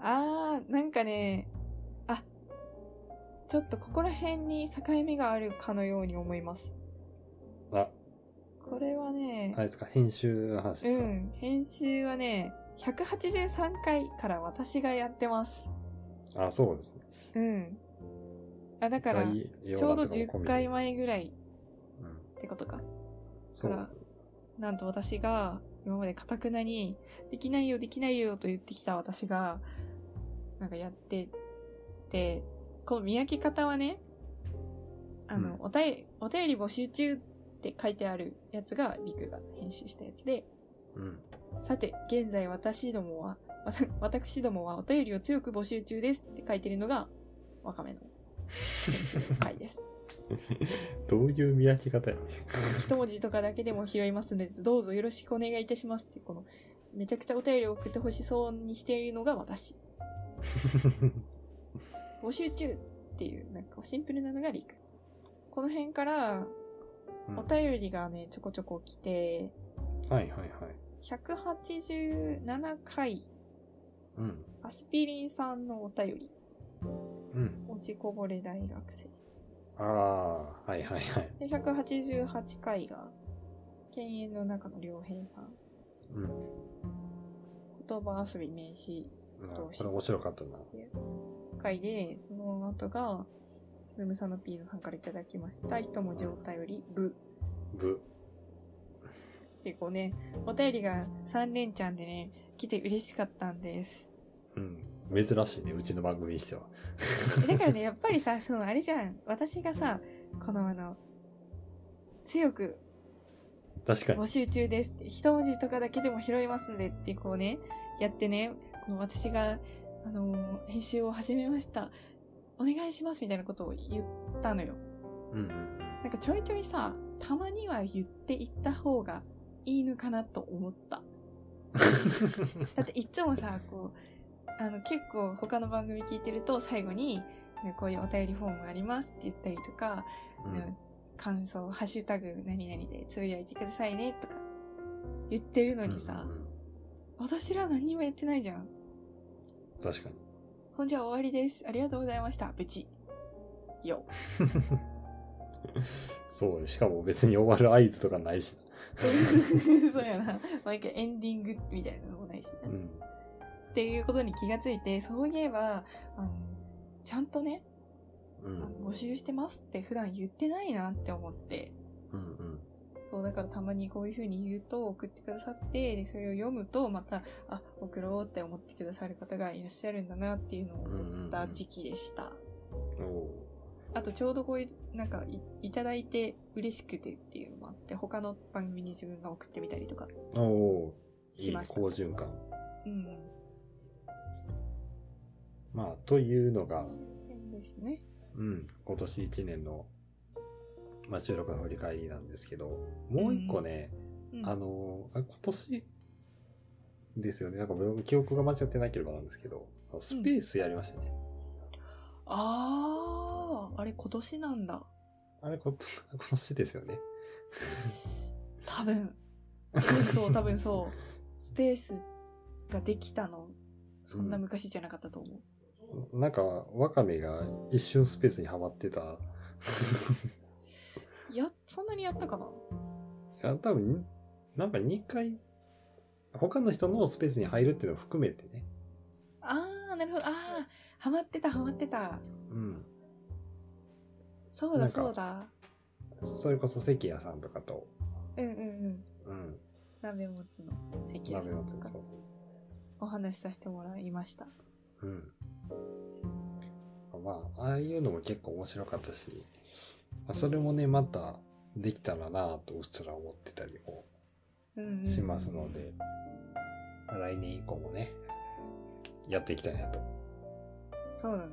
[SPEAKER 4] あー、なんかね、あ、ちょっとここら辺に境目があるかのように思います。
[SPEAKER 3] あ、
[SPEAKER 4] これはね、
[SPEAKER 3] あれですか、編集の話
[SPEAKER 4] う
[SPEAKER 3] ですか。
[SPEAKER 4] ん、編集はね、183回から私がやってます。
[SPEAKER 3] あ、そうですね。
[SPEAKER 4] うん。あ、だから、
[SPEAKER 3] 概要
[SPEAKER 4] ちょうど
[SPEAKER 3] 欄とかも込み
[SPEAKER 4] 10
[SPEAKER 3] で
[SPEAKER 4] 回前ぐらい
[SPEAKER 3] うん
[SPEAKER 4] ってことか。
[SPEAKER 3] そ
[SPEAKER 4] から
[SPEAKER 3] う。
[SPEAKER 4] なんと私が今までかたくなにできないよできないよと言ってきた私がなんかやっててこの見分け方はねあの、
[SPEAKER 3] うん
[SPEAKER 4] お便りお便り募集中って書いてあるやつがリクが編集したやつで
[SPEAKER 3] うん。
[SPEAKER 4] さて現在私どもは わた私どもはお便りを強く募集中ですって書いてるのがわかめの回です
[SPEAKER 3] どういう見分け方や
[SPEAKER 4] 一文字とかだけでも拾いますので、どうぞよろしくお願いいたしますっていう、この、めちゃくちゃお便りを送ってほしそうにしているのが私。募集中っっていう、なんかシンプルなのが理屈。この辺から、
[SPEAKER 3] うん
[SPEAKER 4] お便りがね、ちょこちょこ来て、
[SPEAKER 3] はいはいはい。
[SPEAKER 4] 187回、
[SPEAKER 3] うん。
[SPEAKER 4] アスピリンさんのお便り、
[SPEAKER 3] うん。
[SPEAKER 4] 落ちこぼれ大学生。
[SPEAKER 3] ああ、はいはいはい。
[SPEAKER 4] で、188回が、犬猿の中の良平さん、
[SPEAKER 3] うん。
[SPEAKER 4] 言葉遊び名詞
[SPEAKER 3] うん
[SPEAKER 4] どう
[SPEAKER 3] こ
[SPEAKER 4] し
[SPEAKER 3] れ面白かったな。
[SPEAKER 4] 回で、その後が、ムムサノピーノさんからいただきました、一文字お便り、部。
[SPEAKER 3] ぶ。
[SPEAKER 4] 結構ね、お便りが3連チャンでね、来て嬉しかったんです。
[SPEAKER 3] うん。珍しいね、うちの番組にしては。
[SPEAKER 4] だからね、やっぱりさ、そのあれじゃん、私がさ、このあの、強く
[SPEAKER 3] 確かに。
[SPEAKER 4] 募集中ですって、一文字とかだけでも拾いますんでってこうね、やってね、この私が、あのー編集を始めました。お願いしますみたいなことを言ったのよ。
[SPEAKER 3] うんうんうん。
[SPEAKER 4] なんかちょいちょいさ、たまには言っていった方がいいのかなと思った。 だっていっつも さ、こう、あの結構他の番組聞いてると最後に、ねこういうお便りフォームがありますって言ったりとか、
[SPEAKER 3] うん
[SPEAKER 4] 感想、ハッシュタグ何々でつぶやいてくださいねとか言ってるのにさ、
[SPEAKER 3] うんうんうん
[SPEAKER 4] 私ら何もやってないじゃん。
[SPEAKER 3] 確かに。
[SPEAKER 4] ほんじゃ終わりです。ありがとうございました。ブ チ。 よ。
[SPEAKER 3] そうよしかも別に終わる合図とかないしな。
[SPEAKER 4] そうやな。毎回エンディングみたいなのもないしね。
[SPEAKER 3] うん。
[SPEAKER 4] っていうことに気がついて、そういえば、あの、ちゃんとね、
[SPEAKER 3] う
[SPEAKER 4] あ
[SPEAKER 3] ん
[SPEAKER 4] の。募集してますって普段言ってないなって思って、
[SPEAKER 3] うんうん。
[SPEAKER 4] そう、だからたまにこういう風に言うと送ってくださって、で、それを読むとまた、あ、送ろうって思ってくださる方がいらっしゃるんだなっていうのを思った時期でした。
[SPEAKER 3] おお
[SPEAKER 4] あとちょうどこういう、なんかい、いただいて嬉しくてっていうのもあって、他の番組に自分が送ってみたりとか
[SPEAKER 3] ー。おーい
[SPEAKER 4] し
[SPEAKER 3] いね
[SPEAKER 4] ま、した。
[SPEAKER 3] 好循環。
[SPEAKER 4] うん。
[SPEAKER 3] まあ、というのが、
[SPEAKER 4] そうですね。
[SPEAKER 3] うん、今年1年の、まあ、収録の振り返りなんですけど、もう一個ね、
[SPEAKER 4] うん
[SPEAKER 3] あ、のーあ今年ですよね、なんか僕記憶が間違ってなければなんですけど、あのスペースやりましたね。
[SPEAKER 4] あー、あれ今年なんだ。
[SPEAKER 3] あれこと、 今年ですよね。
[SPEAKER 4] 多分。多分そう、多分そう。スペースができたの、そんな昔じゃなかったと思う。
[SPEAKER 3] なんか、ワカメが一瞬スペースにはまってた。
[SPEAKER 4] いや、そんなにやったかな
[SPEAKER 3] あ多分になんか2回、他の人のスペースに入るっていうのを含めてね。
[SPEAKER 4] あー、なるほど。あー、ハマってた、ハマってた。
[SPEAKER 3] うん。
[SPEAKER 4] そう
[SPEAKER 3] な
[SPEAKER 4] だ、
[SPEAKER 3] んか
[SPEAKER 4] そうだ。
[SPEAKER 3] それこそ関谷さんとかと、
[SPEAKER 4] うんうんうん。
[SPEAKER 3] うん。
[SPEAKER 4] 鍋持つの関谷さ
[SPEAKER 3] 鍋の
[SPEAKER 4] ん
[SPEAKER 3] つ
[SPEAKER 4] と
[SPEAKER 3] そう
[SPEAKER 4] か
[SPEAKER 3] そうそう。
[SPEAKER 4] お話しさせてもらいました。
[SPEAKER 3] うん。まあ、ああいうのも結構面白かったし、まあ、それもね、またできたらなぁとうっすら思ってたりも
[SPEAKER 4] うん、うん。
[SPEAKER 3] しますので、まあ来年以降もね、やっていきたいなと。
[SPEAKER 4] そうだね。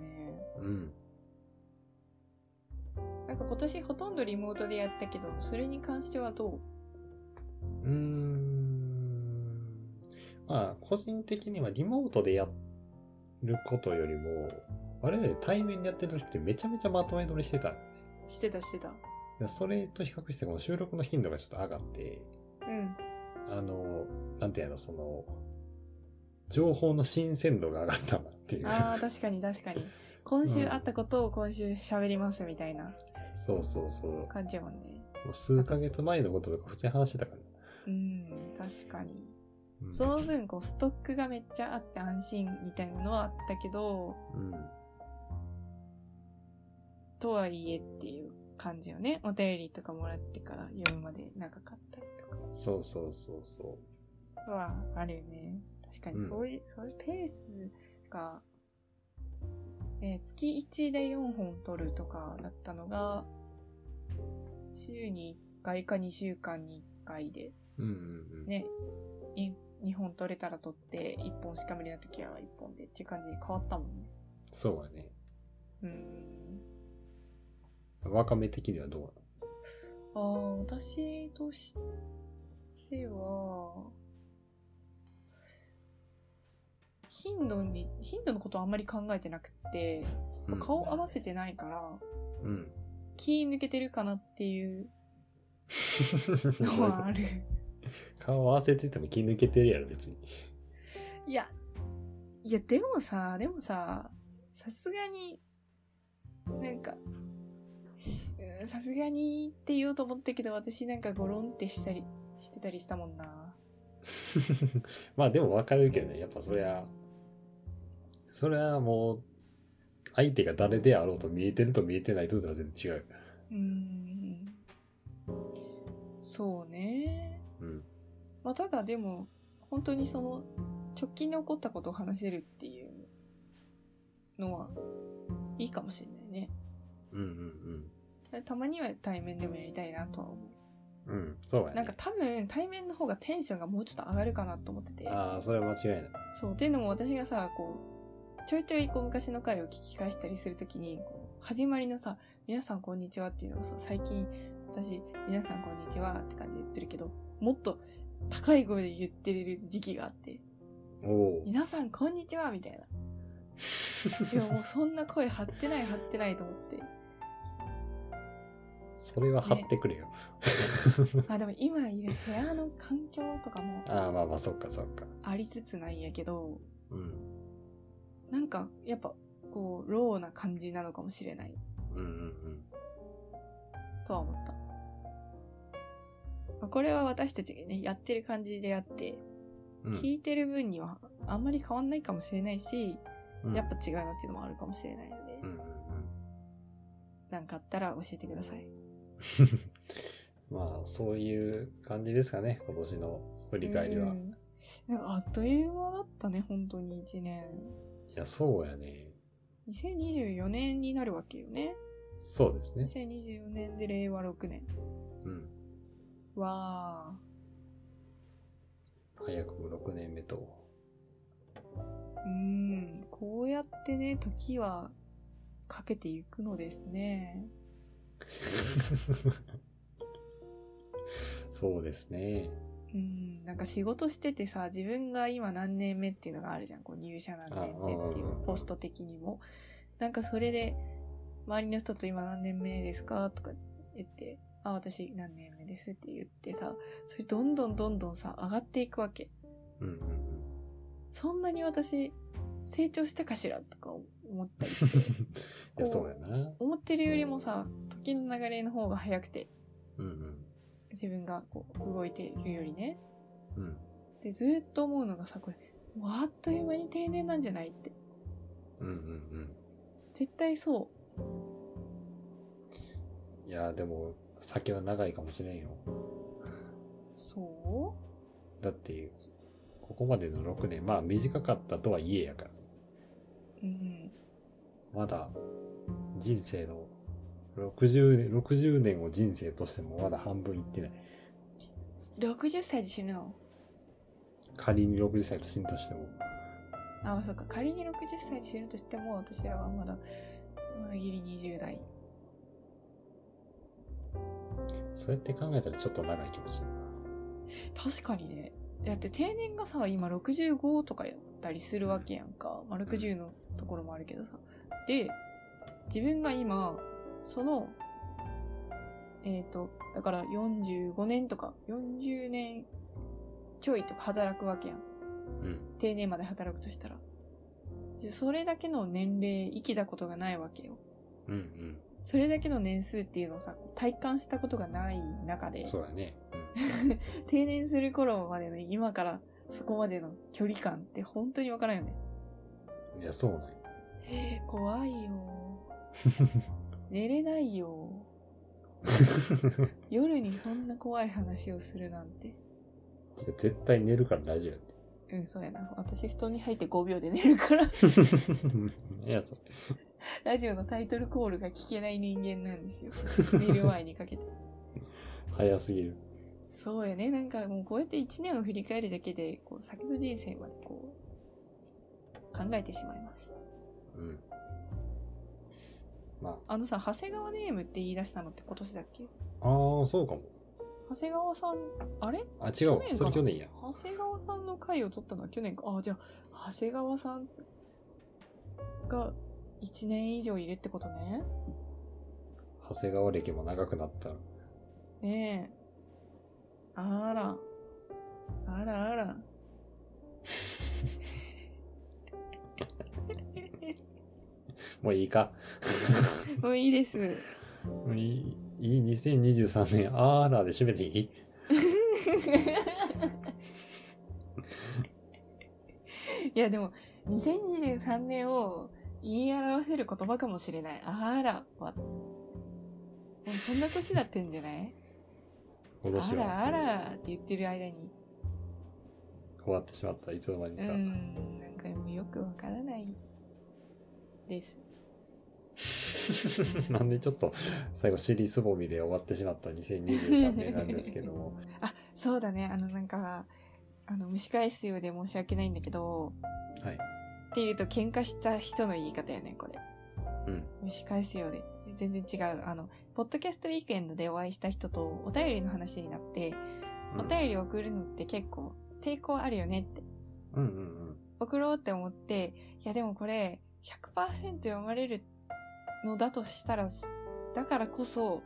[SPEAKER 3] うん。
[SPEAKER 4] なんか今年ほとんどリモートでやったけど、それに関してはどう
[SPEAKER 3] うーん。まあ、個人的にはリモートでやることよりも、我々対面でやってる時ってめちゃめちゃまとめ撮りしてた。い
[SPEAKER 4] してたしてた。
[SPEAKER 3] やそれと比較して、この収録の頻度がちょっと上がって、
[SPEAKER 4] うん。
[SPEAKER 3] あの、なんていうの、その、情報の新鮮度が上がったなっていう。
[SPEAKER 4] あー、確かに確かに。今週あったことを今週喋りますみたいな
[SPEAKER 3] そうそうそう。も
[SPEAKER 4] 感じやもんね。
[SPEAKER 3] う数ヶ月前のこととか普通に話してたから。
[SPEAKER 4] うん、確かに。
[SPEAKER 3] うん
[SPEAKER 4] その分、こう、ストックがめっちゃあって安心みたいなのはあったけど、
[SPEAKER 3] うん。
[SPEAKER 4] とはいえっていう感じよね。お便りとかもらってから読むまで長かったりとか
[SPEAKER 3] そうそうそうそ
[SPEAKER 4] はあるよね。確か
[SPEAKER 3] う
[SPEAKER 4] に、
[SPEAKER 3] ん
[SPEAKER 4] そういう、そういうペースが、えー月1で4本取るとかだったのが、週に1回か2週間に1回で、
[SPEAKER 3] う。うんうんうん。
[SPEAKER 4] ね、い2本取れたら取って、1本しか無理な時は1本でっていう感じに変わったもんね。
[SPEAKER 3] そうだね。
[SPEAKER 4] うん。
[SPEAKER 3] わかめ的にはどうなの
[SPEAKER 4] ああ、私としては、頻度に、頻度のことはあんまり考えてなくって、
[SPEAKER 3] うん
[SPEAKER 4] 顔合わせてないから、
[SPEAKER 3] うん。
[SPEAKER 4] 気抜けてるかなっていうの
[SPEAKER 3] どういう
[SPEAKER 4] は
[SPEAKER 3] こ
[SPEAKER 4] ある。
[SPEAKER 3] と 顔合わせてても気抜けてるやろ、別に。
[SPEAKER 4] いや、いや、でもさ、でもさ、さすがに、なんか、うんさすがにって言おうと思ったけど、私なんかゴロンってしたり、してたりしたもんな。
[SPEAKER 3] まあでも分かるけどね、やっぱそりゃ、それはもう、相手が誰であろうと見えてると見えてないとでは全然違う。
[SPEAKER 4] うーん。そうね。
[SPEAKER 3] うん。
[SPEAKER 4] まあ、ただでも、本当にその、直近で起こったことを話せるっていうのは、いいかもしれないね。
[SPEAKER 3] うんうん
[SPEAKER 4] たまには対面でもやりたいなとは思う。
[SPEAKER 3] うん。うん、そうやね。
[SPEAKER 4] なんか多分対面の方がテンションがもうちょっと上がるかなと思ってて。
[SPEAKER 3] ああ、それは間違いない。
[SPEAKER 4] そう。っていうのも私がさ、こう、ちょいちょいこう昔の回を聞き返したりするときに、こう始まりのさ、皆さんこんにちはっていうのがさ、最近私、皆さんこんにちはって感じで言ってるけど、もっと高い声で言ってる時期があって、
[SPEAKER 3] おお。
[SPEAKER 4] 皆さんこんにちはみたいな。でももうそんな声張ってない張ってないと思って。
[SPEAKER 3] それは張ってくれよ。
[SPEAKER 4] あ、でも今いる部屋の環境とかも
[SPEAKER 3] ああ、まあまあ、そっかそっか。
[SPEAKER 4] ありつつないんやけど、
[SPEAKER 3] うん。
[SPEAKER 4] なんか、やっぱ、こう、ローな感じなのかもしれない、
[SPEAKER 3] うんうん
[SPEAKER 4] とは思った。まあこれは私たちがね、やってる感じであって、
[SPEAKER 3] うん。
[SPEAKER 4] 聞いてる分にはあんまり変わんないかもしれないし、
[SPEAKER 3] うん、
[SPEAKER 4] やっぱ違うなっていうのもあるかもしれないので、
[SPEAKER 3] うんうんうん。
[SPEAKER 4] なんかあったら教えてください。
[SPEAKER 3] まあ、そういう感じですかね、今年の振り返りは。
[SPEAKER 4] う
[SPEAKER 3] い
[SPEAKER 4] んなんかあっという間だったね、本当に1年。
[SPEAKER 3] や、そうやね。
[SPEAKER 4] 2024年になるわけよね。
[SPEAKER 3] そうですね。
[SPEAKER 4] 2024年で令和6年。
[SPEAKER 3] うん。
[SPEAKER 4] わー。
[SPEAKER 3] 早くも6年目と。
[SPEAKER 4] うーん、こうやってね、時はかけていくのですね。
[SPEAKER 3] そうですね。
[SPEAKER 4] うん、なんか仕事しててさ、自分が今何年目っていうのがあるじゃん。こう入社何年目ってい
[SPEAKER 3] あうんうんう
[SPEAKER 4] うんポスト的にも。なんかそれで、周りの人と今何年目ですかとか言って、あ、私何年目ですって言ってさ、それどんどんどんどんさ、上がっていくわけ。
[SPEAKER 3] うんうんうん。
[SPEAKER 4] そんなに私、成長したかしらとか思ったり して。
[SPEAKER 3] いや、そうやな。
[SPEAKER 4] 思ってるよりもさ、時の流れの方が早くて、
[SPEAKER 3] うんうん。
[SPEAKER 4] 自分がこう動いてるよりね。
[SPEAKER 3] うん。
[SPEAKER 4] で、ずーっと思うのがさ、これ、もうあっという間に定年なんじゃないって。
[SPEAKER 3] うんうん
[SPEAKER 4] 絶対そ
[SPEAKER 3] うん。いや、でも、先は長いかもしれんよ。
[SPEAKER 4] う。そ
[SPEAKER 3] だって、ここまでの6年、まあ短かったとはいえやから。
[SPEAKER 4] ううん。
[SPEAKER 3] まだ、人生の、60年、60年を人生としてもまだ半分いってない。
[SPEAKER 4] 60歳で死ぬの
[SPEAKER 3] 仮に60歳と死んだとしても。
[SPEAKER 4] あ、まあ、そっか。仮に60歳で死ぬとしても、私らはまだ、まだギリ20代。
[SPEAKER 3] そうやって考えたらちょっと長い気もするな。
[SPEAKER 4] 確かにね。だって定年がさ、今65とかやったりするわけやんか。まあ、60のところもあるけどさ。で、自分が今、その、えっ、と、だから45年とか、40年ちょいとか働くわけやん。
[SPEAKER 3] うん。
[SPEAKER 4] 定年まで働くとしたら。でそれだけの年齢、生きたことがないわけよ。
[SPEAKER 3] うん
[SPEAKER 4] それだけの年数っていうのをさ、体感したことがない中で
[SPEAKER 3] うん。。そうだね。
[SPEAKER 4] 定年する頃までの今からそこまでの距離感って本当にわからんよね。
[SPEAKER 3] うん。いや、そうなんよ。
[SPEAKER 4] 怖いよ。 寝れないよ。夜にそんな怖い話をするなんて。
[SPEAKER 3] いや絶対寝るから大丈夫やって。
[SPEAKER 4] うん、そうやな。私布団に入って5秒で寝るから、
[SPEAKER 3] いや、そう。
[SPEAKER 4] ラジオのタイトルコールが聞けない人間なん ですよ。寝る前にかけて。
[SPEAKER 3] 早すぎる。
[SPEAKER 4] そうやね。なんかもうこうやって1年を振り返るだけで、こう、先の人生までこう、考えてしまいます。
[SPEAKER 3] うん。ま
[SPEAKER 4] あのさ、長谷川ネームって言い出したのって今年だっけ
[SPEAKER 3] あ、ああ、そうかも。
[SPEAKER 4] 長谷川さん、あれ
[SPEAKER 3] あ、違う
[SPEAKER 4] 去年かな
[SPEAKER 3] それ去年や。
[SPEAKER 4] 長谷川さんの回を取ったのは去年か。あ、じゃあ、長谷川さんが1年以上いるってことね。
[SPEAKER 3] 長谷川歴も長くなった。
[SPEAKER 4] ねえ。あら。あらあら。
[SPEAKER 3] もういいか。
[SPEAKER 4] もういいです。
[SPEAKER 3] もういい、いい、2023年、あーらで締めていい
[SPEAKER 4] いや、でも、2023年を言い表せる言葉かもしれない。あらは。もうそんな年だってんじゃない
[SPEAKER 3] 今
[SPEAKER 4] あ
[SPEAKER 3] 年
[SPEAKER 4] らあ
[SPEAKER 3] は
[SPEAKER 4] らって言ってる間に。
[SPEAKER 3] 終わってしまった。いつの間に
[SPEAKER 4] う
[SPEAKER 3] か。
[SPEAKER 4] ん、なんかもうよくわからないです。
[SPEAKER 3] なんでちょっと最後尻すぼみで終わってしまった2023年なんですけど も
[SPEAKER 4] あ、そうだね。あの、なんか、あの、蒸し返すようで申し訳ないんだけど、
[SPEAKER 3] はい
[SPEAKER 4] っていうと喧嘩した人の言い方やね、これ。
[SPEAKER 3] うん
[SPEAKER 4] 蒸し返すようで。全然違う。あの、ポッドキャストウィークエンドでお会いした人とお便りの話になって、
[SPEAKER 3] うん
[SPEAKER 4] お便り送るのって結構抵抗あるよねって。
[SPEAKER 3] うんうん
[SPEAKER 4] 送ろうって思って、いやでもこれ100%読まれるのだとしたら、だからこそ、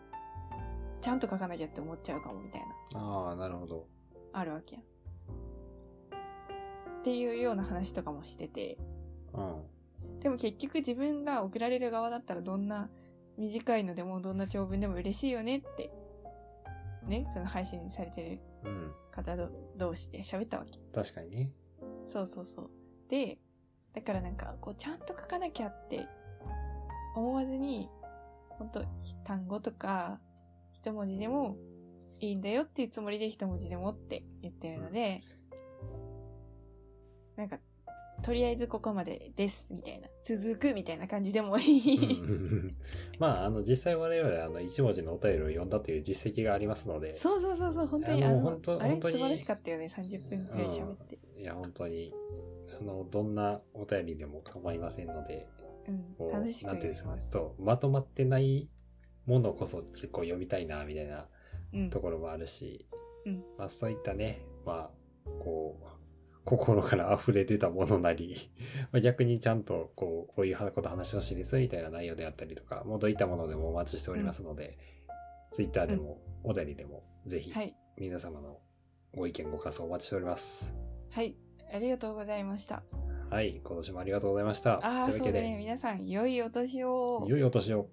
[SPEAKER 4] ちゃんと書かなきゃって思っちゃうかもみたいな、
[SPEAKER 3] うんああなるほど
[SPEAKER 4] あるわけやん。っていうような話とかもしてて、
[SPEAKER 3] う
[SPEAKER 4] でも結局自分が送られる側だったらどんな短いのでもどんな長文でも嬉しいよねって、ね、その配信されてる
[SPEAKER 3] んうん
[SPEAKER 4] 方ど同士で喋ったわけ。
[SPEAKER 3] 確かに ね
[SPEAKER 4] そうそうそう。で、だからなんか、こう、ちゃんと書かなきゃって思わずに、ほんと、単語とか、一文字でもいいんだよっていうつもりで一文字でもって言ってるので、なんか、とりあえずここまでです、みたいな。続く、みたいな感じでもい
[SPEAKER 3] うんうんうん
[SPEAKER 4] い。
[SPEAKER 3] まああの実際我々あの一文字のお便りを読んだという実績がありますので
[SPEAKER 4] そうそうそうそう、本当に、
[SPEAKER 3] あ
[SPEAKER 4] あ
[SPEAKER 3] の
[SPEAKER 4] の
[SPEAKER 3] 本、当
[SPEAKER 4] あれ
[SPEAKER 3] 本当
[SPEAKER 4] 素
[SPEAKER 3] に
[SPEAKER 4] 晴らしかったよね、30分くらい喋って。
[SPEAKER 3] いや本当にあのどんなお便りでも構いませんので
[SPEAKER 4] うん、
[SPEAKER 3] こう
[SPEAKER 4] 楽しく
[SPEAKER 3] なんていうんで
[SPEAKER 4] 読
[SPEAKER 3] す
[SPEAKER 4] み
[SPEAKER 3] か
[SPEAKER 4] ま
[SPEAKER 3] ね
[SPEAKER 4] す。
[SPEAKER 3] そうまとまってないものこそ結構読みたいなみたいな
[SPEAKER 4] うん
[SPEAKER 3] ところもあるし、
[SPEAKER 4] うん
[SPEAKER 3] まあ、そういったね、まあ、こう心から溢れ出たものなり まあ逆にちゃんとこうこういうこと話してほしいですみたいな内容であったりとかもうどういったものでもお待ちしておりますので、Twitter でもお便りでもぜひ
[SPEAKER 4] はい。
[SPEAKER 3] 皆様のご意見ご感想お待ちしております。
[SPEAKER 4] はい。ありがとうございました。
[SPEAKER 3] はい、今年もありがとうございました。
[SPEAKER 4] ああ、
[SPEAKER 3] という
[SPEAKER 4] そ
[SPEAKER 3] わけ
[SPEAKER 4] うだ
[SPEAKER 3] で、
[SPEAKER 4] ね。皆さん、良いお年を。
[SPEAKER 3] 良いお年を。